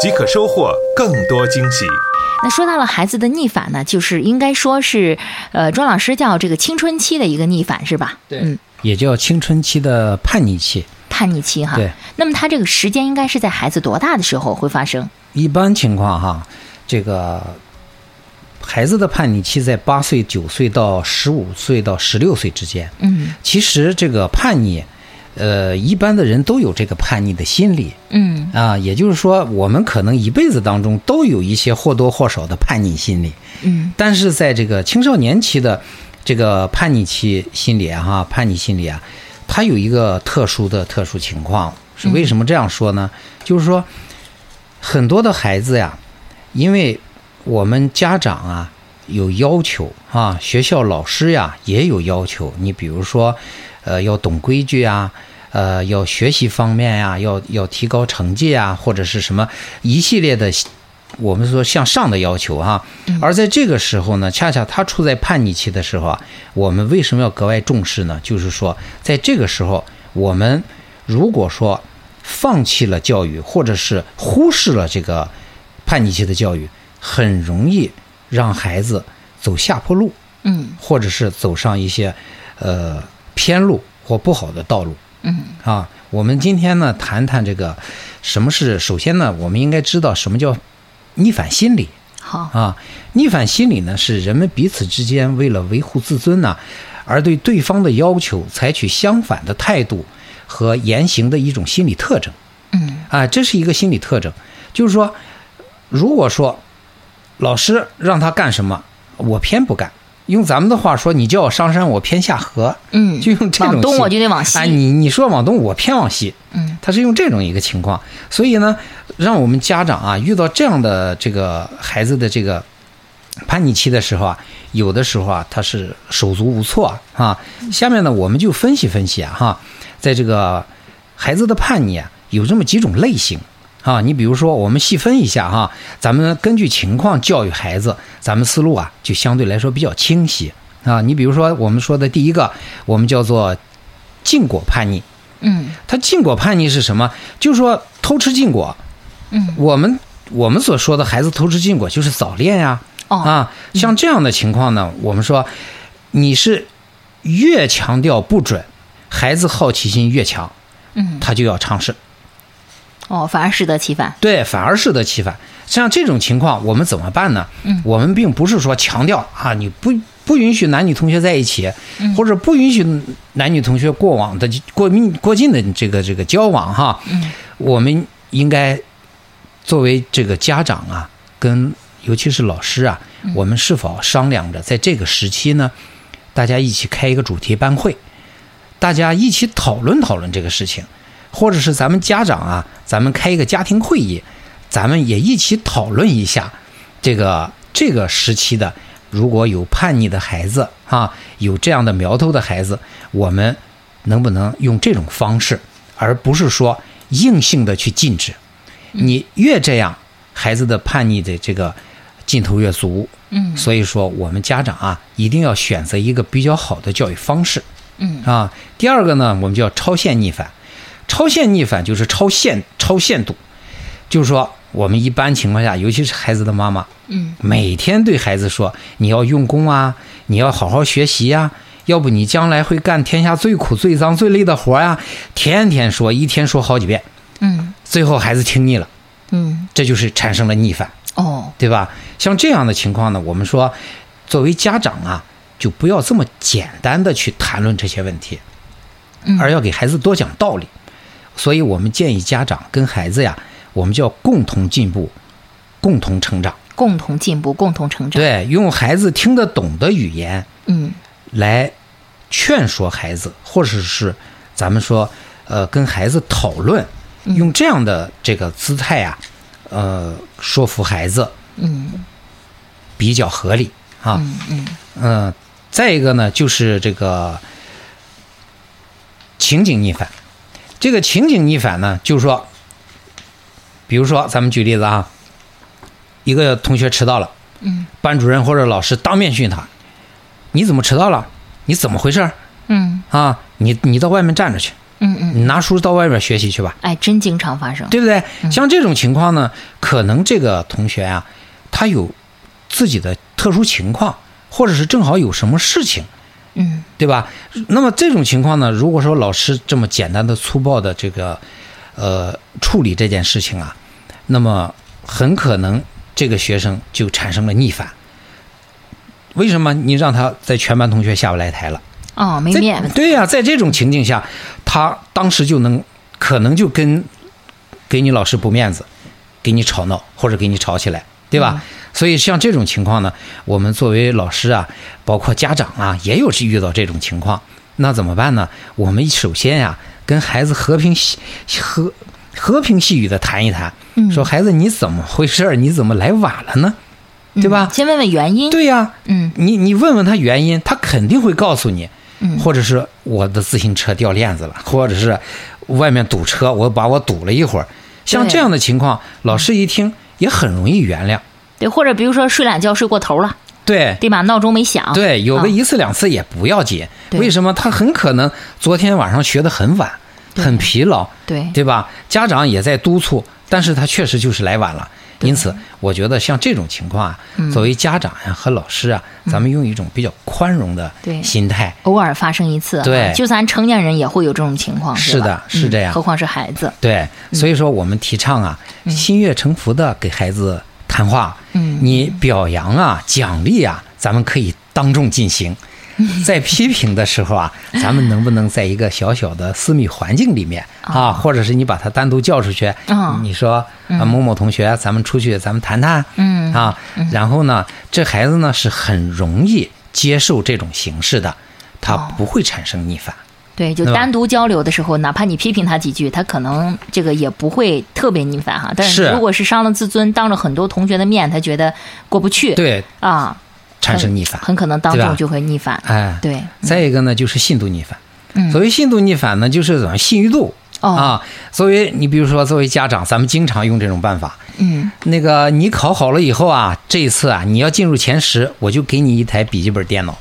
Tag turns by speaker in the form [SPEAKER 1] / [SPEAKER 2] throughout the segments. [SPEAKER 1] 即可收获更多惊喜。
[SPEAKER 2] 那说到了孩子的逆反呢，就是应该说是，呃，庄老师叫这个青春期的一个逆反是吧？
[SPEAKER 3] 对
[SPEAKER 2] 嗯，
[SPEAKER 4] 也叫青春期的叛逆期。
[SPEAKER 2] 叛逆期哈。
[SPEAKER 4] 对。
[SPEAKER 2] 那么他这个时间应该是在孩子多大的时候会发生？
[SPEAKER 4] 一般情况哈，这个孩子的叛逆期在八岁、九岁到十五岁到十六岁之间。
[SPEAKER 2] 嗯
[SPEAKER 4] 其实这个叛逆，呃，一般的人都有这个叛逆的心理
[SPEAKER 2] 嗯
[SPEAKER 4] 啊，也就是说，我们可能一辈子当中都有一些或多或少的叛逆心理。
[SPEAKER 2] 嗯
[SPEAKER 4] 但是在这个青少年期的这个叛逆期心理啊，哈，叛逆心理啊，它有一个特殊的特殊情况，是
[SPEAKER 2] 嗯
[SPEAKER 4] 为什么这样说呢？就是说，很多的孩子呀，因为我们家长啊有要求啊，学校老师呀也有要求，你比如说，呃，要懂规矩啊。呃，要学习方面呀、要要提高成绩啊，或者是什么一系列的我们说向上的要求哈、而在这个时候呢，恰恰他处在叛逆期的时候啊，我们为什么要格外重视呢？就是说，在这个时候，我们如果说放弃了教育，或者是忽视了这个叛逆期的教育，很容易让孩子走下坡路，
[SPEAKER 2] 嗯
[SPEAKER 4] 或者是走上一些呃偏路或不好的道路。
[SPEAKER 2] 嗯
[SPEAKER 4] 啊，我们今天呢谈谈这个什么是首先呢，我们应该知道什么叫逆反心理
[SPEAKER 2] 好
[SPEAKER 4] 啊。逆反心理呢是人们彼此之间为了维护自尊呢、而对对方的要求采取相反的态度和言行的一种心理特征
[SPEAKER 2] 嗯
[SPEAKER 4] 啊，这是一个心理特征。就是说，如果说老师让他干什么，我偏不干。用咱们的话说，你叫我上山，我偏下河。
[SPEAKER 2] 嗯，
[SPEAKER 4] 就用这种
[SPEAKER 2] 往东
[SPEAKER 4] 心
[SPEAKER 2] 我就得往西。
[SPEAKER 4] 哎，你你说往东，我偏往西。
[SPEAKER 2] 嗯
[SPEAKER 4] 他是用这种一个情况，所以呢，让我们家长啊遇到这样的这个孩子的这个叛逆期的时候啊，有的时候啊他是手足无措啊啊。下面呢，我们就分析分析啊哈，在这个孩子的叛逆啊，有这么几种类型啊。你比如说，我们细分一下哈、咱们根据情况教育孩子，咱们思路啊就相对来说比较清晰啊。你比如说，我们说的第一个，我们叫做禁果叛逆。
[SPEAKER 2] 嗯
[SPEAKER 4] 他禁果叛逆是什么？就是说偷吃禁果。
[SPEAKER 2] 嗯
[SPEAKER 4] 我们我们所说的孩子偷吃禁果，就是早恋呀、
[SPEAKER 2] 哦
[SPEAKER 4] 啊，像这样的情况呢，我们说你是越强调不准，孩子好奇心越强，
[SPEAKER 2] 嗯
[SPEAKER 4] 他就要尝试，
[SPEAKER 2] 哦，反而适得其反。
[SPEAKER 4] 对，反而适得其反。像这种情况，我们怎么办呢？
[SPEAKER 2] 嗯
[SPEAKER 4] 我们并不是说强调啊，你不不允许男女同学在一起，
[SPEAKER 2] 嗯
[SPEAKER 4] 或者不允许男女同学过往的过密过近的这个这个交往哈。
[SPEAKER 2] 嗯
[SPEAKER 4] 我们应该作为这个家长啊，跟尤其是老师啊，我们是否商量着在这个时期呢，大家一起开一个主题班会，大家一起讨论讨论这个事情，或者是咱们家长啊，咱们开一个家庭会议，咱们也一起讨论一下这个这个时期的。如果有叛逆的孩子啊，有这样的苗头的孩子，我们能不能用这种方式，而不是说硬性的去禁止。你越这样，孩子的叛逆的这个劲头越足。
[SPEAKER 2] 嗯
[SPEAKER 4] 所以说，我们家长啊，一定要选择一个比较好的教育方式
[SPEAKER 2] 嗯
[SPEAKER 4] 啊。第二个呢，我们叫超限逆反。超限逆反就是超限超限度，就是说，我们一般情况下，尤其是孩子的妈妈，
[SPEAKER 2] 嗯
[SPEAKER 4] 每天对孩子说：“你要用功啊，你要好好学习呀、要不你将来会干天下最苦、最脏、最累的活呀、啊天天说，一天说好几遍，
[SPEAKER 2] 嗯
[SPEAKER 4] 最后孩子听腻了，
[SPEAKER 2] 嗯
[SPEAKER 4] 这就是产生了逆反，
[SPEAKER 2] 哦
[SPEAKER 4] 对吧？像这样的情况呢，我们说，作为家长啊，就不要这么简单的去谈论这些问题，
[SPEAKER 2] 嗯
[SPEAKER 4] 而要给孩子多讲道理。所以我们建议家长跟孩子呀，我们叫共同进步，共同成长。
[SPEAKER 2] 共同进步，共同成长。
[SPEAKER 4] 对，用孩子听得懂的语言
[SPEAKER 2] 嗯
[SPEAKER 4] 来劝说孩子，或者是呃
[SPEAKER 2] 嗯
[SPEAKER 4] 咱们说，呃，跟孩子讨论，用这样的这个姿态啊，呃说服孩子，
[SPEAKER 2] 嗯
[SPEAKER 4] 比较合理啊。
[SPEAKER 2] 嗯嗯
[SPEAKER 4] 嗯，再一个呢，就是这个情景逆反。这个情景逆反呢，就是说，比如说，咱们举例子啊，一个同学迟到了，
[SPEAKER 2] 嗯
[SPEAKER 4] 班主任或者老师当面训他：“你怎么迟到了？你怎么回事儿
[SPEAKER 2] 嗯
[SPEAKER 4] 啊？你你到外面站着去，
[SPEAKER 2] 嗯嗯，
[SPEAKER 4] 你拿书到外面学习去吧，
[SPEAKER 2] 哎，真经常发生。
[SPEAKER 4] 对不对？”像这种情况呢，可能这个同学啊，他有自己的特殊情况，或者是正好有什么事情。
[SPEAKER 2] 嗯
[SPEAKER 4] 对吧？那么这种情况呢，如果说老师这么简单的、粗暴的这个呃处理这件事情啊，那么很可能这个学生就产生了逆反。为什么你让他在全班同学下不来台了？
[SPEAKER 2] 哦，没
[SPEAKER 4] 在
[SPEAKER 2] 面子。
[SPEAKER 4] 对呀、在这种情境下，他当时就能可能就跟给你老师不面子，给你吵闹或者给你吵起来，对吧？
[SPEAKER 2] 嗯
[SPEAKER 4] 所以像这种情况呢，我们作为老师啊，包括家长啊，也有是遇到这种情况，那怎么办呢？我们首先呀、跟孩子和平细和和平细语的谈一谈，
[SPEAKER 2] 嗯
[SPEAKER 4] 说孩子你怎么回事儿？你怎么来晚了呢？对吧？
[SPEAKER 2] 嗯先问问原因。
[SPEAKER 4] 对呀、
[SPEAKER 2] 嗯
[SPEAKER 4] 你你问问他原因，他肯定会告诉你，
[SPEAKER 2] 嗯
[SPEAKER 4] 或者是我的自行车掉链子了，或者是外面堵车，我把我堵了一会儿。像
[SPEAKER 2] 对
[SPEAKER 4] 这样的情况，老师一听也很容易原谅。
[SPEAKER 2] 对，或者比如说睡懒觉睡过头了，
[SPEAKER 4] 对
[SPEAKER 2] 对吧？闹钟没响。
[SPEAKER 4] 对，有个
[SPEAKER 2] 啊
[SPEAKER 4] 一次两次也不要紧。
[SPEAKER 2] 对
[SPEAKER 4] 为什么？他很可能昨天晚上学得很晚，
[SPEAKER 2] 对
[SPEAKER 4] 很疲劳，
[SPEAKER 2] 对
[SPEAKER 4] 对吧？家长也在督促，但是他确实就是来晚了。因此，我觉得像这种情况啊，
[SPEAKER 2] 嗯
[SPEAKER 4] 作为家长呀、和老师啊，咱们用一种比较宽容的
[SPEAKER 2] 对
[SPEAKER 4] 心态，
[SPEAKER 2] 偶尔发生一次啊，
[SPEAKER 4] 对
[SPEAKER 2] 就咱成年人也会有这种情况，
[SPEAKER 4] 是
[SPEAKER 2] 吧
[SPEAKER 4] 的是这样
[SPEAKER 2] 嗯何况是孩子，
[SPEAKER 4] 对，
[SPEAKER 2] 嗯
[SPEAKER 4] 所以说我们提倡啊，心悦诚服的给孩子谈话，
[SPEAKER 2] 嗯
[SPEAKER 4] 你表扬啊、奖励啊，咱们可以当众进 行。在批评的时候啊，咱们能不能在一个小小的私密环境里面啊，或者是你把他单独叫出去，
[SPEAKER 2] 嗯
[SPEAKER 4] 你说啊某某同学，咱们出去，咱们谈谈，
[SPEAKER 2] 嗯
[SPEAKER 4] 啊，然后呢，这孩子呢是很容易接受这种形式的，他
[SPEAKER 2] 哦
[SPEAKER 4] 不会产生逆反。
[SPEAKER 2] 对，就
[SPEAKER 4] 对吧
[SPEAKER 2] 单独交流的时候，哪怕你批评他几句，他可能这个也不会特别逆反哈。但
[SPEAKER 4] 是
[SPEAKER 2] 如果是伤了自尊，当着很多同学的面，他觉得过不去，
[SPEAKER 4] 对，
[SPEAKER 2] 啊，
[SPEAKER 4] 产生逆反。
[SPEAKER 2] 很可能当
[SPEAKER 4] 对吧
[SPEAKER 2] 众就会逆反。
[SPEAKER 4] 哎，
[SPEAKER 2] 对，
[SPEAKER 4] 再一个呢，就是信度逆反。
[SPEAKER 2] 嗯
[SPEAKER 4] 所谓信度逆反呢，就是怎么信誉度、
[SPEAKER 2] 哦
[SPEAKER 4] 啊。作为你比如说，作为家长，咱们经常用这种办法。
[SPEAKER 2] 嗯，
[SPEAKER 4] 那个你考好了以后啊，这一次啊，你要进入前十，我就给你一台笔记本电脑。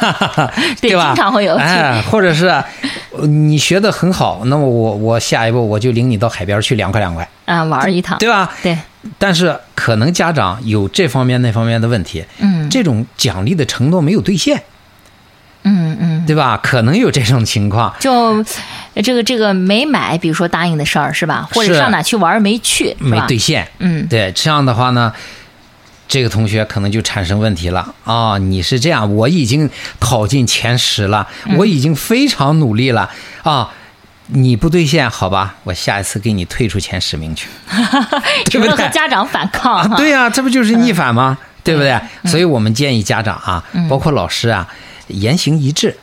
[SPEAKER 2] 对，
[SPEAKER 4] 吧？
[SPEAKER 2] 经常会有。
[SPEAKER 4] 哎，或者是呃你学的很好，那么我我下一步我就领你到海边去凉快凉快，
[SPEAKER 2] 啊，玩儿一趟，
[SPEAKER 4] 对吧？
[SPEAKER 2] 对，
[SPEAKER 4] 但是可能家长有这方面那方面的问题，
[SPEAKER 2] 嗯
[SPEAKER 4] 这种奖励的承诺没有兑现，
[SPEAKER 2] 嗯嗯，
[SPEAKER 4] 对吧？可能有这种情况，
[SPEAKER 2] 就呃这个这个没买，比如说答应的事儿是吧？或者
[SPEAKER 4] 是
[SPEAKER 2] 上哪去玩儿没去，是
[SPEAKER 4] 没
[SPEAKER 2] 吧
[SPEAKER 4] 兑，现。
[SPEAKER 2] 嗯，
[SPEAKER 4] 对，这样的话呢，这个同学可能就产生问题了啊、你是这样，我已经考进前十了，
[SPEAKER 2] 嗯
[SPEAKER 4] 我已经非常努力了啊、你不兑现，好吧，我下一次给你退出前十名去，对
[SPEAKER 2] 只
[SPEAKER 4] 不
[SPEAKER 2] 能和
[SPEAKER 4] 对？啊
[SPEAKER 2] 家长反 抗哈。啊
[SPEAKER 4] 对呀、这不就是逆反吗？
[SPEAKER 2] 嗯
[SPEAKER 4] 对不对？所以我们建议家长啊，包括老师啊，言行一致。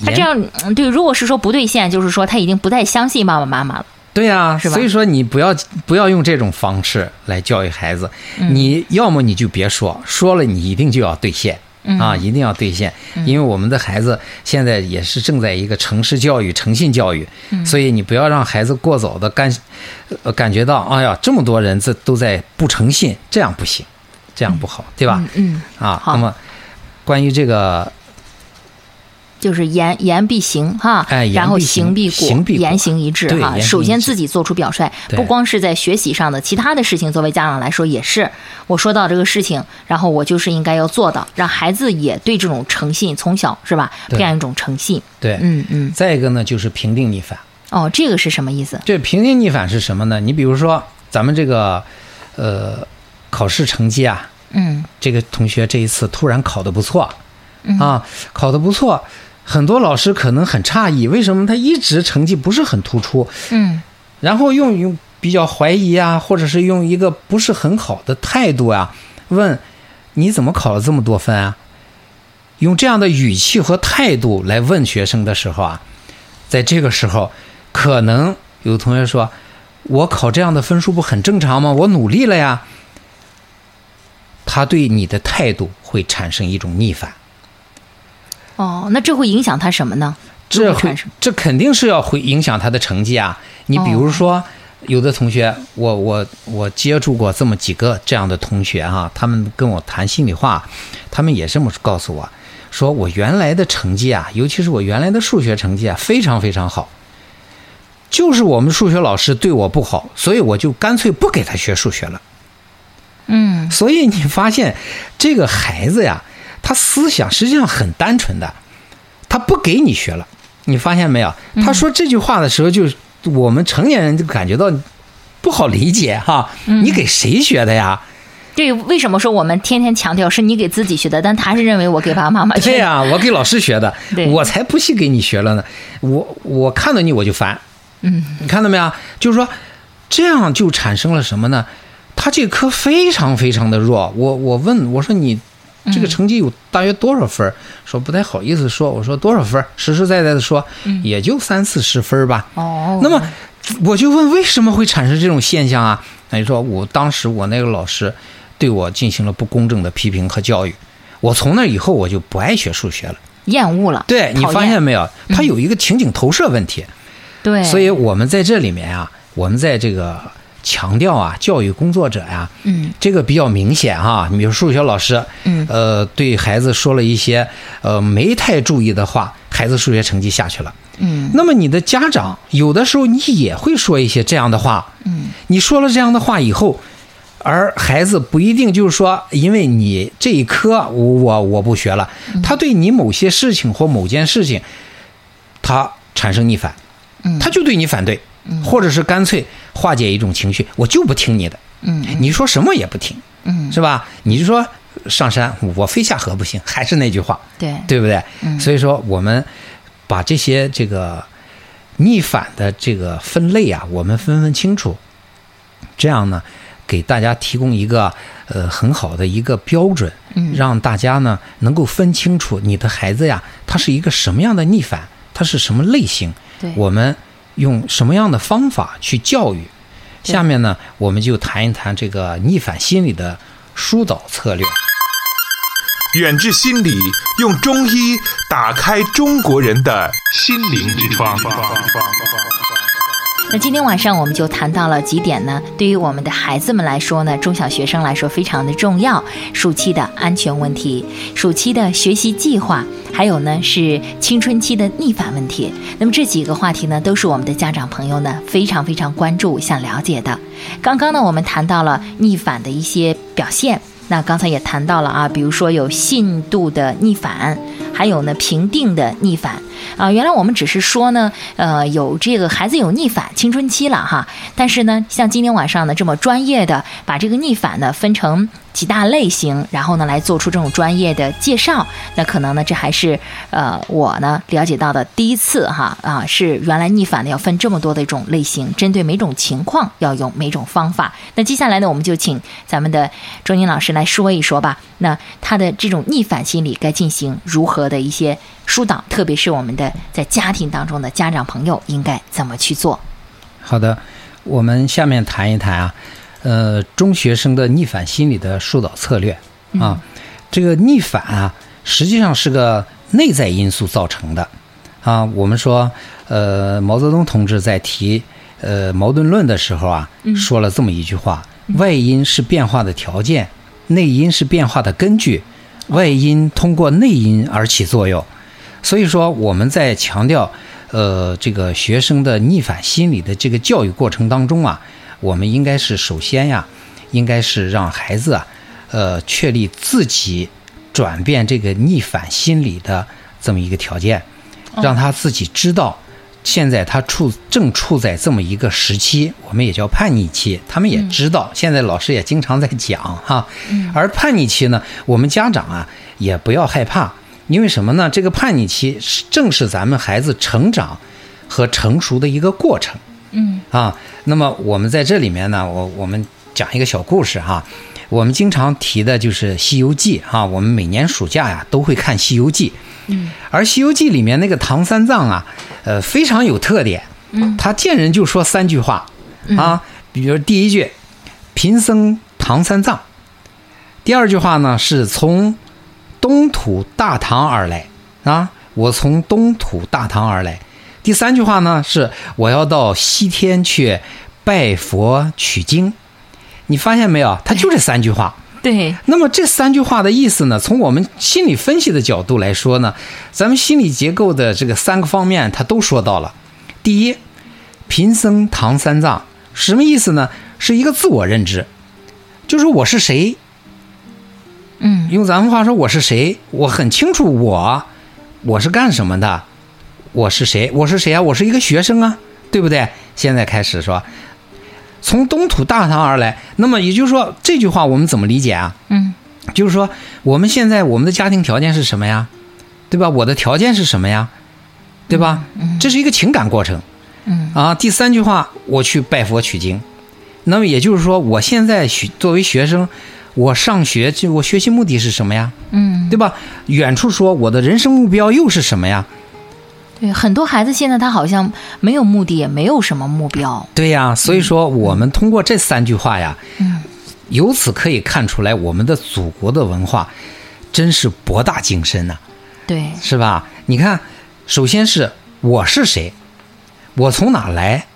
[SPEAKER 2] 他
[SPEAKER 4] 言
[SPEAKER 2] 这样嗯对，如果是说不兑现，就是说他已经不再相信爸爸妈妈了。
[SPEAKER 4] 对呀、
[SPEAKER 2] 是吧
[SPEAKER 4] 所以说你不要不要用这种方式来教育孩子，
[SPEAKER 2] 嗯
[SPEAKER 4] 你要么你就别说，说了你一定就要兑现。
[SPEAKER 2] 嗯
[SPEAKER 4] 啊，一定要兑现，因为我们的孩子现在也是正在一个城市教育、诚信教育，
[SPEAKER 2] 嗯
[SPEAKER 4] 所以你不要让孩子过早的感，呃感觉到，哎呀，这么多人这都在不诚信，这样不行，这样不好，对吧？
[SPEAKER 2] 嗯，
[SPEAKER 4] 啊，
[SPEAKER 2] 好
[SPEAKER 4] 那么关于这个
[SPEAKER 2] 就是言言必行哈，
[SPEAKER 4] 哎言
[SPEAKER 2] 然后
[SPEAKER 4] 必行
[SPEAKER 2] 行必果，
[SPEAKER 4] 行必果
[SPEAKER 2] 言行一致
[SPEAKER 4] 对
[SPEAKER 2] 哈。
[SPEAKER 4] 言行
[SPEAKER 2] 首先
[SPEAKER 4] 一致
[SPEAKER 2] 自己做出表率，
[SPEAKER 4] 对
[SPEAKER 2] 不光是在学习上的，其他的事情作为家长来说也是。我说到这个事情，然后我就是应该要做到，让孩子也对这种诚信从小是吧
[SPEAKER 4] 对
[SPEAKER 2] 培养一种诚信。
[SPEAKER 4] 对，
[SPEAKER 2] 嗯嗯，
[SPEAKER 4] 再一个呢就是评定逆反。
[SPEAKER 2] 哦，这个是什么意思？
[SPEAKER 4] 这评定逆反是什么呢？你比如说咱们这个呃考试成绩啊，
[SPEAKER 2] 嗯
[SPEAKER 4] 这个同学这一次突然考得不错，啊，考得不错，很多老师可能很诧异，为什么他一直成绩不是很突出，
[SPEAKER 2] 嗯
[SPEAKER 4] 然后用用比较怀疑啊，或者是用一个不是很好的态度啊，问你怎么考了这么多分啊？用这样的语气和态度来问学生的时候啊，在这个时候，可能有同学说：“我考这样的分数不很正常吗？我努力了呀。他对你的态度会产生一种逆反，
[SPEAKER 2] 哦，那这会影响他什么呢？
[SPEAKER 4] 这
[SPEAKER 2] 会
[SPEAKER 4] 会
[SPEAKER 2] 产生
[SPEAKER 4] 这肯定是要会影响他的成绩啊。你比如说，有的同学，我我我接触过这么几个这样的同学哈、他们跟我谈心里话，他们也这么告诉我，说我原来的成绩啊，尤其是我原来的数学成绩啊，非常非常好。就是我们数学老师对我不好，所以我就干脆不给他学数学了。
[SPEAKER 2] 嗯
[SPEAKER 4] 所以你发现这个孩子呀，他思想实际上很单纯的，他不给你学了，你发现没有？他说这句话的时候就，我们成年人就感觉到不好理解哈，你给谁学的呀？
[SPEAKER 2] 这为什么说我们天天强调是你给自己学的，但他是认为我给爸爸妈妈学
[SPEAKER 4] 对
[SPEAKER 2] 的。
[SPEAKER 4] 呀、我给老师学的
[SPEAKER 2] 对，
[SPEAKER 4] 我才不惜给你学了呢。我我看到你我就烦，嗯，你看到没有？就是说，这样就产生了什么呢？他这科非常非常的弱。我我问我说你这个成绩有大约多少分儿？说不太好意思说，我说多少分儿？实实在在的说，也就三四十分儿吧。
[SPEAKER 2] 嗯哦，
[SPEAKER 4] 那么我就问为什么会产生这种现象啊？那你说我当时我那个老师对我进行了不公正的批评和教育，我从那以后我就不爱学数学了。
[SPEAKER 2] 厌嗯恶了，
[SPEAKER 4] 对你
[SPEAKER 2] 讨
[SPEAKER 4] 发
[SPEAKER 2] 厌
[SPEAKER 4] 现没有？它有一个情景投射问题，
[SPEAKER 2] 对，
[SPEAKER 4] 所以我们在这里面啊，我们在这个强调啊，教育工作者呀、
[SPEAKER 2] 嗯
[SPEAKER 4] 这个比较明显哈、你比如数学老师，
[SPEAKER 2] 嗯
[SPEAKER 4] 呃，对孩子说了一些呃没太注意的话，孩子数学成绩下去了。
[SPEAKER 2] 嗯
[SPEAKER 4] 那么你的家长有的时候你也会说一些这样的话，
[SPEAKER 2] 嗯，
[SPEAKER 4] 你说了这样的话以后，而孩子不一定就是说，因为你这一科我我我不学了，
[SPEAKER 2] 嗯
[SPEAKER 4] 他对你某些事情或某件事情，他产生逆反，
[SPEAKER 2] 嗯
[SPEAKER 4] 他就对你反对，或者是干脆化解一种情绪，我就不听你的，
[SPEAKER 2] 嗯
[SPEAKER 4] 你说什么也不听，
[SPEAKER 2] 嗯，
[SPEAKER 4] 是吧？你就说上山我非下河不行，还是那句话，
[SPEAKER 2] 对
[SPEAKER 4] 对不对？
[SPEAKER 2] 嗯
[SPEAKER 4] 所以说我们把这些这个逆反的这个分类啊，我们分分清楚，这样呢，给大家提供一个呃很好的一个标准，
[SPEAKER 2] 嗯
[SPEAKER 4] 让大家呢能够分清楚你的孩子呀，他是一个什么样的逆反，他是什么类型，
[SPEAKER 2] 对
[SPEAKER 4] 我们用什么样的方法去教育。
[SPEAKER 2] 对
[SPEAKER 4] 下面呢，我们就谈一谈这个逆反心理的疏导策略。
[SPEAKER 1] 远至心理，用中医打开中国人的心灵之窗。
[SPEAKER 2] 那今天晚上我们就谈到了几点呢？对于我们的孩子们来说呢，中小学生来说非常的重要。暑期的安全问题，暑期的学习计划，还有呢是青春期的逆反问题。那么这几个话题呢，都是我们的家长朋友呢非常非常关注、想了解的。刚刚呢，我们谈到了逆反的一些表现。那刚才也谈到了啊，比如说有信度的逆反，还有呢评定的逆反啊、原来我们只是说呢，呃，有这个孩子有逆反，青春期了哈。但是呢，像今天晚上呢这么专业的把这个逆反呢分成几大类型，然后呢来做出这种专业的介绍，那可能呢这还是呃我呢了解到的第一次哈啊，是原来逆反呢要分这么多的一种类型，针对每种情况要用每种方法。那接下来呢，我们就请咱们的周宁老师来说一说吧。那他的这种逆反心理该进行如何的一些疏导，特别是我们的在家庭当中的家长朋友应该怎么去做？
[SPEAKER 4] 好的，我们下面谈一谈啊，呃，中学生的逆反心理的疏导策略啊。这个逆反啊，实际上是个内在因素造成的啊。我们说，呃，毛泽东同志在提呃矛盾论的时候啊，说了这么一句话：外因是变化的条件，内因是变化的根据，外因通过内因而起作用。所以说我们在强调，呃，这个学生的逆反心理的这个教育过程当中啊，我们应该是首先呀，应该是让孩子啊，呃，确立自己转变这个逆反心理的这么一个条件，让他自己知道。现在他处正处在这么一个时期，我们也叫叛逆期，他们也知道。现在老师也经常在讲哈，而叛逆期呢，我们家长啊也不要害怕，因为什么呢？这个叛逆期是正是咱们孩子成长和成熟的一个过程。
[SPEAKER 2] 嗯
[SPEAKER 4] 啊，那么我们在这里面呢，我我们讲一个小故事哈、我们经常提的就是《西游记》哈、我们每年暑假呀都会看《西游记》。嗯，而《西游记》里面那个唐三藏啊，呃，非常有特点。嗯，他见人就说三句话，啊，比如第一句“贫僧唐三藏”，第二句话呢是从东土大唐而来啊，我从东土大唐而来。第三句话呢是我要到西天去拜佛取经。你发现没有？它就这三句话。
[SPEAKER 2] 对，
[SPEAKER 4] 那么这三句话的意思呢？从我们心理分析的角度来说呢，咱们心理结构的这个三个方面，它都说到了。第一，贫僧唐三藏，什么意思呢？是一个自我认知，就是我是谁。
[SPEAKER 2] 嗯
[SPEAKER 4] 用咱们话说，我是谁？我很清楚我，我是干什么的，我是谁？我是谁啊？我是一个学生啊，对不对？现在开始说，从东土大唐而来。那么也就是说，这句话我们怎么理解啊？
[SPEAKER 2] 嗯
[SPEAKER 4] 就是说，我们现在我们的家庭条件是什么呀？对吧？我的条件是什么呀？对吧？这是一个情感过程
[SPEAKER 2] 嗯
[SPEAKER 4] 啊。第三句话，我去拜佛取经。那么也就是说，我现在学作为学生，我上学，就我学习目的是什么呀？
[SPEAKER 2] 嗯，
[SPEAKER 4] 对吧？远处说，我的人生目标又是什么呀？
[SPEAKER 2] 对，很多孩子现在他好像没有目的，也没有什么目标。
[SPEAKER 4] 对呀，所以说我们通过这三句话呀，
[SPEAKER 2] 嗯
[SPEAKER 4] 由此可以看出来，我们的祖国的文化真是博大精深呐、
[SPEAKER 2] 对，
[SPEAKER 4] 是吧？你看，首先是我是谁，我从哪来，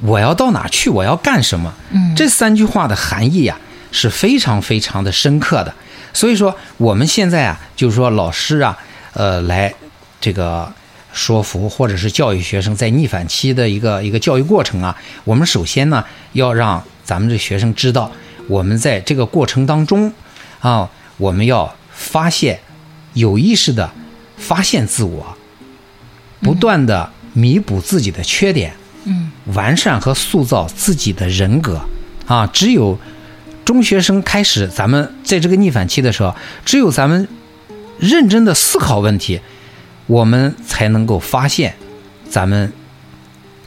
[SPEAKER 4] 我要到哪去，我要干什么？
[SPEAKER 2] 嗯
[SPEAKER 4] 这三句话的含义呀、啊是非常非常的深刻的。所以说，我们现在啊，就是说老师啊，呃，来这个说服或者是教育学生在逆反期的一个一个教育过程啊，我们首先呢要让咱们这学生知道，我们在这个过程当中啊，我们要发现有意识的发现自我，不断的弥补自己的缺点。
[SPEAKER 2] 嗯
[SPEAKER 4] 完善和塑造自己的人格啊！只有中学生开始，咱们在这个逆反期的时候，只有咱们认真的思考问题，我们才能够发现咱们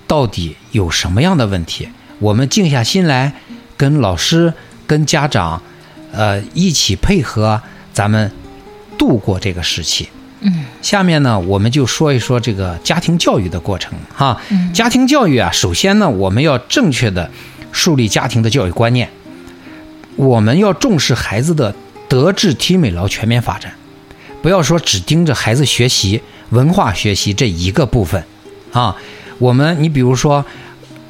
[SPEAKER 4] 到底有什么样的问题。我们静下心来，跟老师、跟家长，呃，一起配合，咱们度过这个时期。
[SPEAKER 2] 嗯
[SPEAKER 4] 下面呢，我们就说一说这个家庭教育的过程哈。
[SPEAKER 2] 嗯
[SPEAKER 4] 家庭教育啊，首先呢，我们要正确的树立家庭的教育观念，我们要重视孩子的德智体美劳全面发展，不要说只盯着孩子学习、文化学习这一个部分啊。我们，你比如说，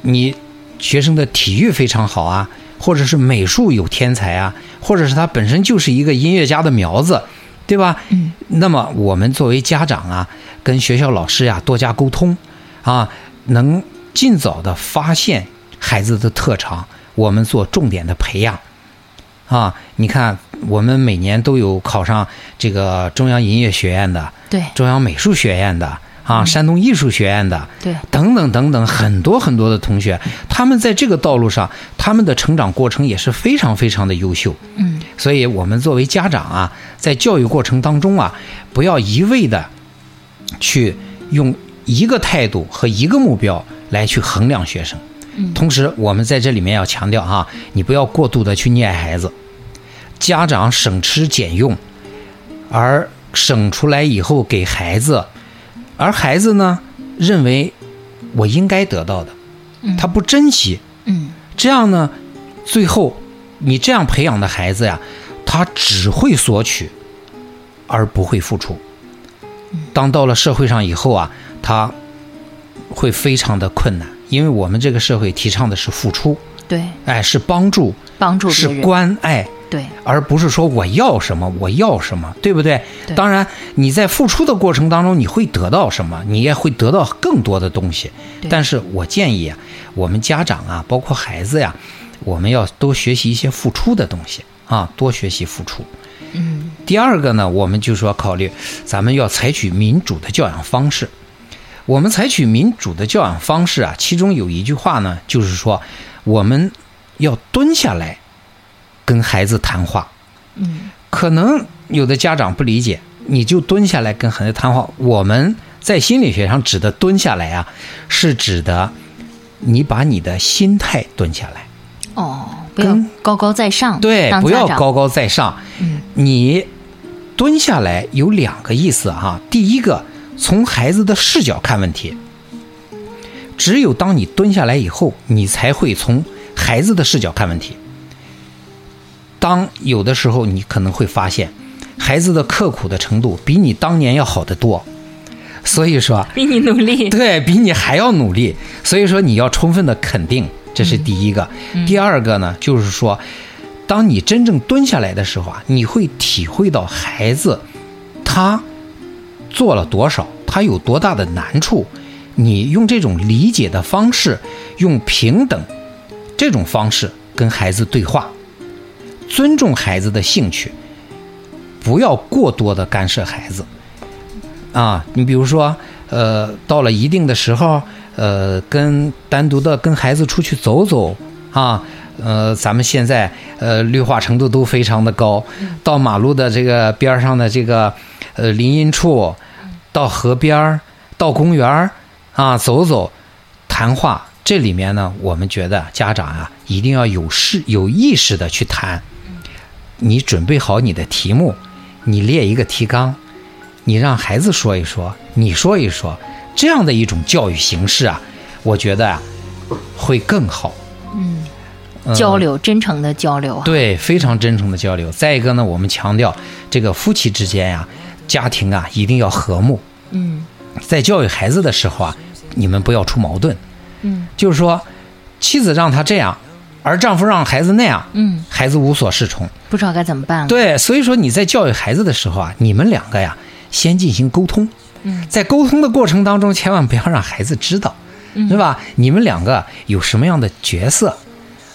[SPEAKER 4] 你学生的体育非常好啊，或者是美术有天才啊，或者是他本身就是一个音乐家的苗子，对吧？
[SPEAKER 2] 嗯。
[SPEAKER 4] 那么我们作为家长啊，跟学校老师呀、多加沟通啊，能尽早的发现孩子的特长，我们做重点的培养啊。你看，我们每年都有考上这个中央音乐学院的、
[SPEAKER 2] 对
[SPEAKER 4] 中央美术学院的啊、山东艺术学院的，
[SPEAKER 2] 对，
[SPEAKER 4] 等等等等，很多很多的同学，他们在这个道路上，他们的成长过程也是非常非常的优秀。
[SPEAKER 2] 嗯
[SPEAKER 4] 所以，我们作为家长啊，在教育过程当中啊，不要一味的去用一个态度和一个目标来去衡量学生。
[SPEAKER 2] 嗯
[SPEAKER 4] 同时，我们在这里面要强调哈、你不要过度的去溺爱孩子，家长省吃俭用，而省出来以后给孩子，而孩子呢认为我应该得到的，
[SPEAKER 2] 嗯
[SPEAKER 4] 他不珍惜，
[SPEAKER 2] 嗯
[SPEAKER 4] 这样呢，最后你这样培养的孩子呀，他只会索取，而不会付出。当到了社会上以后啊，他会非常的困难，因为我们这个社会提倡的是付出，
[SPEAKER 2] 对，
[SPEAKER 4] 哎，是帮助，
[SPEAKER 2] 帮助别
[SPEAKER 4] 是
[SPEAKER 2] 人，
[SPEAKER 4] 关爱，
[SPEAKER 2] 对
[SPEAKER 4] 而不是说我要什么，我要什么，对不对？
[SPEAKER 2] 对
[SPEAKER 4] 当然，你在付出的过程当中，你会得到什么？你也会得到更多的东西
[SPEAKER 2] 对。
[SPEAKER 4] 但是我建议啊，我们家长啊，包括孩子呀、我们要多学习一些付出的东西啊，多学习付出。
[SPEAKER 2] 嗯
[SPEAKER 4] 第二个呢，我们就说考虑，咱们要采取民主的教养方式。我们采取民主的教养方式啊，其中有一句话呢，就是说我们要蹲下来跟孩子谈话。
[SPEAKER 2] 嗯
[SPEAKER 4] 可能有的家长不理解，你就蹲下来跟孩子谈话。我们在心理学上指的蹲下来啊，是指的你把你的心态蹲下来，
[SPEAKER 2] 哦，不要
[SPEAKER 4] 跟
[SPEAKER 2] 高高在上，
[SPEAKER 4] 对，
[SPEAKER 2] 当
[SPEAKER 4] 不
[SPEAKER 2] 家
[SPEAKER 4] 要
[SPEAKER 2] 长
[SPEAKER 4] 高高在上。
[SPEAKER 2] 嗯
[SPEAKER 4] 你蹲下来有两个意思哈、第一个，从孩子的视角看问题，只有当你蹲下来以后，你才会从孩子的视角看问题。当有的时候，你可能会发现，孩子的刻苦的程度比你当年要好得多。所以说，
[SPEAKER 2] 比你努力，
[SPEAKER 4] 对比你还要努力。所以说，你要充分的肯定，这是第一个。第二个呢，就是说，当你真正蹲下来的时候啊，你会体会到孩子他做了多少，他有多大的难处。你用这种理解的方式，用平等这种方式跟孩子对话，尊重孩子的兴趣，不要过多的干涉孩子。啊，你比如说，呃，到了一定的时候，呃，跟单独的跟孩子出去走走啊，呃，咱们现在呃绿化程度都非常的高，到马路的这个边儿上的这个呃林荫处，到河边儿，到公园儿啊走走，谈话。这里面呢，我们觉得家长啊一定要有事有意识的去谈，你准备好你的题目，你列一个提纲。你让孩子说一说，你说一说，这样的一种教育形式啊，我觉得啊会更好。嗯，
[SPEAKER 2] 交流，真诚的交流啊。
[SPEAKER 4] 对，非常真诚的交流。再一个呢，我们强调这个夫妻之间呀、家庭啊一定要和睦。
[SPEAKER 2] 嗯，
[SPEAKER 4] 在教育孩子的时候啊，你们不要出矛盾。
[SPEAKER 2] 嗯，
[SPEAKER 4] 就是说，妻子让他这样，而丈夫让孩子那样，
[SPEAKER 2] 嗯，
[SPEAKER 4] 孩子无所适从。
[SPEAKER 2] 不知道该怎么办了。
[SPEAKER 4] 对，所以说你在教育孩子的时候啊，你们两个呀，先进行沟通。
[SPEAKER 2] 嗯，
[SPEAKER 4] 在沟通的过程当中，千万不要让孩子知道，
[SPEAKER 2] 嗯
[SPEAKER 4] 是吧？你们两个有什么样的角色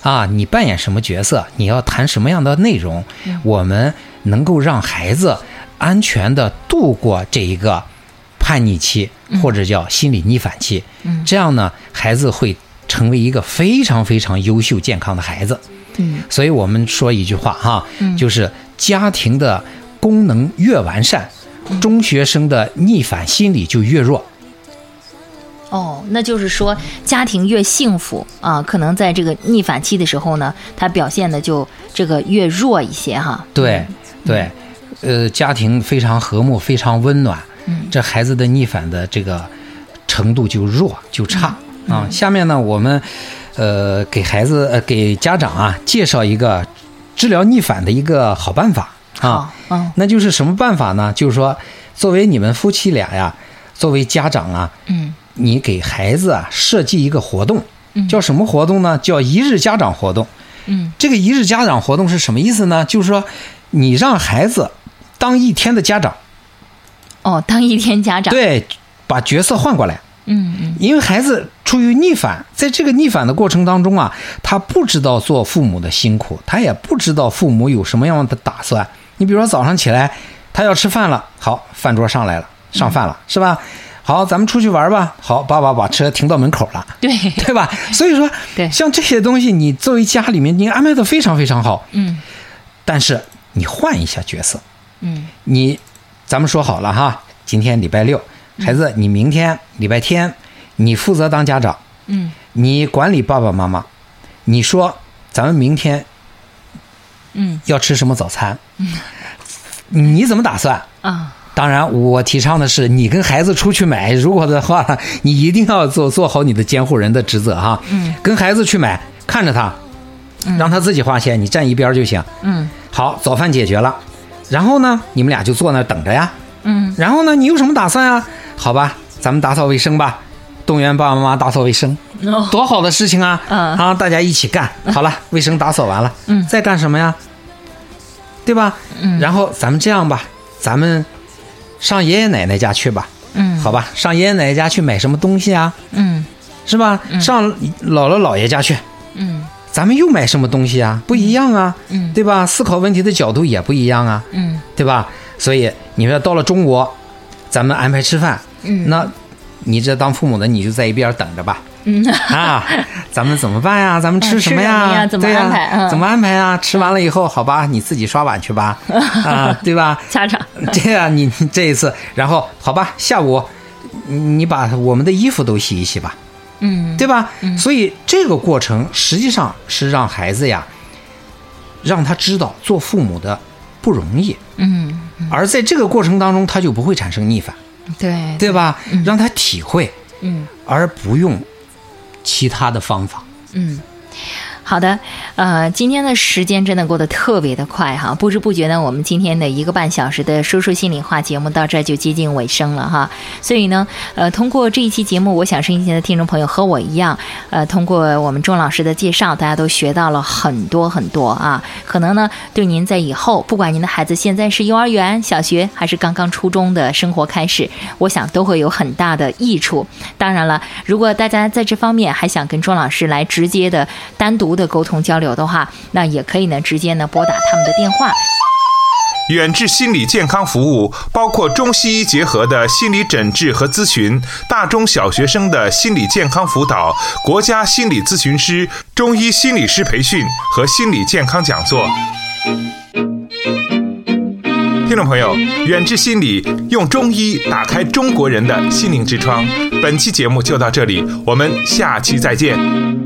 [SPEAKER 4] 啊？你扮演什么角色？你要谈什么样的内容？
[SPEAKER 2] 嗯
[SPEAKER 4] 我们能够让孩子安全的度过这一个叛逆期，或者叫心理逆反期。
[SPEAKER 2] 嗯
[SPEAKER 4] 这样呢，孩子会成为一个非常非常优秀、健康的孩子。
[SPEAKER 2] 嗯
[SPEAKER 4] 所以我们说一句话哈，就是家庭的功能越完善，
[SPEAKER 2] 嗯
[SPEAKER 4] 中学生的逆反心理就越弱。
[SPEAKER 2] 哦，那就是说，家庭越幸福啊，可能在这个逆反期的时候呢，他表现的就这个越弱一些哈。
[SPEAKER 4] 对对，呃，家庭非常和睦，非常温暖，
[SPEAKER 2] 嗯
[SPEAKER 4] 这孩子的逆反的这个程度就弱就差
[SPEAKER 2] 嗯
[SPEAKER 4] 啊。下面呢，我们呃给孩子呃给家长啊介绍一个治疗逆反的一个好办法啊
[SPEAKER 2] 好。，嗯
[SPEAKER 4] 那就是什么办法呢？就是说，作为你们夫妻俩呀，作为家长啊，
[SPEAKER 2] 嗯
[SPEAKER 4] 你给孩子啊设计一个活动，叫什么活动呢？叫一日家长活动。
[SPEAKER 2] 嗯
[SPEAKER 4] 这个一日家长活动是什么意思呢？就是说，你让孩子当一天的家长，
[SPEAKER 2] 哦，当一天家长，
[SPEAKER 4] 对，把角色换过来。
[SPEAKER 2] 嗯嗯
[SPEAKER 4] 因为孩子出于逆反，在这个逆反的过程当中啊，他不知道做父母的辛苦，他也不知道父母有什么样的打算。你比如说早上起来，他要吃饭了，好，饭桌上来了，上饭了，是吧？好，咱们出去玩吧。好，爸爸把车停到门口了。
[SPEAKER 2] 对，
[SPEAKER 4] 对吧？所以说，
[SPEAKER 2] 对
[SPEAKER 4] 像这些东西，你作为家里面，你安排的非常非常好，
[SPEAKER 2] 嗯
[SPEAKER 4] 但是你换一下角色，
[SPEAKER 2] 嗯
[SPEAKER 4] 你咱们说好了哈，今天礼拜六，孩子，你明天礼拜天，你负责当家长，
[SPEAKER 2] 嗯
[SPEAKER 4] 你管理爸爸妈妈，你说咱们明天
[SPEAKER 2] 嗯
[SPEAKER 4] 要吃什么早餐？你怎么打算？
[SPEAKER 2] 啊，
[SPEAKER 4] 当然，我提倡的是你跟孩子出去买，如果的话，你一定要做做好你的监护人的职责哈。
[SPEAKER 2] 嗯，
[SPEAKER 4] 跟孩子去买，看着他，让他自己花钱，你站一边儿就行。
[SPEAKER 2] 嗯
[SPEAKER 4] 好，早饭解决了，然后呢，你们俩就坐那儿等着呀。
[SPEAKER 2] 嗯
[SPEAKER 4] 然后呢，你有什么打算啊？好吧，咱们打扫卫生吧，动员爸爸妈妈打扫卫生，
[SPEAKER 2] 哦
[SPEAKER 4] 多好的事情啊！
[SPEAKER 2] 嗯
[SPEAKER 4] 啊，大家一起干。好了，卫生打扫完了，嗯，再干什么呀？对吧？嗯，然后咱们这样吧，咱们上爷爷奶奶家去吧。
[SPEAKER 2] 嗯
[SPEAKER 4] 好吧，上爷爷奶奶家去买什么东西啊？
[SPEAKER 2] 嗯
[SPEAKER 4] 是吧？上姥姥姥爷家去，
[SPEAKER 2] 嗯
[SPEAKER 4] 咱们又买什么东西啊？不一样啊，
[SPEAKER 2] 嗯
[SPEAKER 4] 对吧？思考问题的角度也不一样啊。
[SPEAKER 2] 嗯
[SPEAKER 4] 对吧？所以你说到了中国，咱们安排吃饭，
[SPEAKER 2] 嗯
[SPEAKER 4] 那你这当父母的你就在一边儿等着吧。
[SPEAKER 2] 嗯
[SPEAKER 4] 啊，咱们怎么办呀？咱们吃什么呀？
[SPEAKER 2] 吃什么呀怎么
[SPEAKER 4] 对呀
[SPEAKER 2] 安排嗯
[SPEAKER 4] 怎么安排呀？吃完了以后，好吧，你自己刷碗 去吧，啊，对吧？
[SPEAKER 2] 家长，
[SPEAKER 4] 这样你你这一次，然后好吧，下午你你把我们的衣服都洗一洗吧，
[SPEAKER 2] 嗯
[SPEAKER 4] 对吧？所以这个过程实际上是让孩子呀，让他知道做父母的不容易，
[SPEAKER 2] 嗯
[SPEAKER 4] 而在这个过程当中，他就不会产生逆反，
[SPEAKER 2] 对
[SPEAKER 4] 对吧？让他体会，
[SPEAKER 2] 嗯
[SPEAKER 4] 而不用其他的方法。
[SPEAKER 2] 好的，呃，今天的时间真的过得特别的快哈，不知不觉呢，我们今天的一个半小时的说说心里话节目到这儿就接近尾声了哈。所以呢，呃，通过这一期节目，我想收音机前的听众朋友和我一样，呃，通过我们钟老师的介绍，大家都学到了很多很多啊。可能呢，对您在以后，不管您的孩子现在是幼儿园、小学还是刚刚初中的生活开始，我想都会有很大的益处。当然了，如果大家在这方面还想跟钟老师来直接的单独的沟通交流的话，那也可以呢，直接呢拨打他们的电话。
[SPEAKER 1] 远志心理健康服务包括中西医结合的心理诊治和咨询，大中小学生的心理健康辅导，国家心理咨询师、中医心理师培训和心理健康讲座。听众朋友，远志心理用中医打开中国人的心灵之窗。本期节目就到这里，我们下期再见。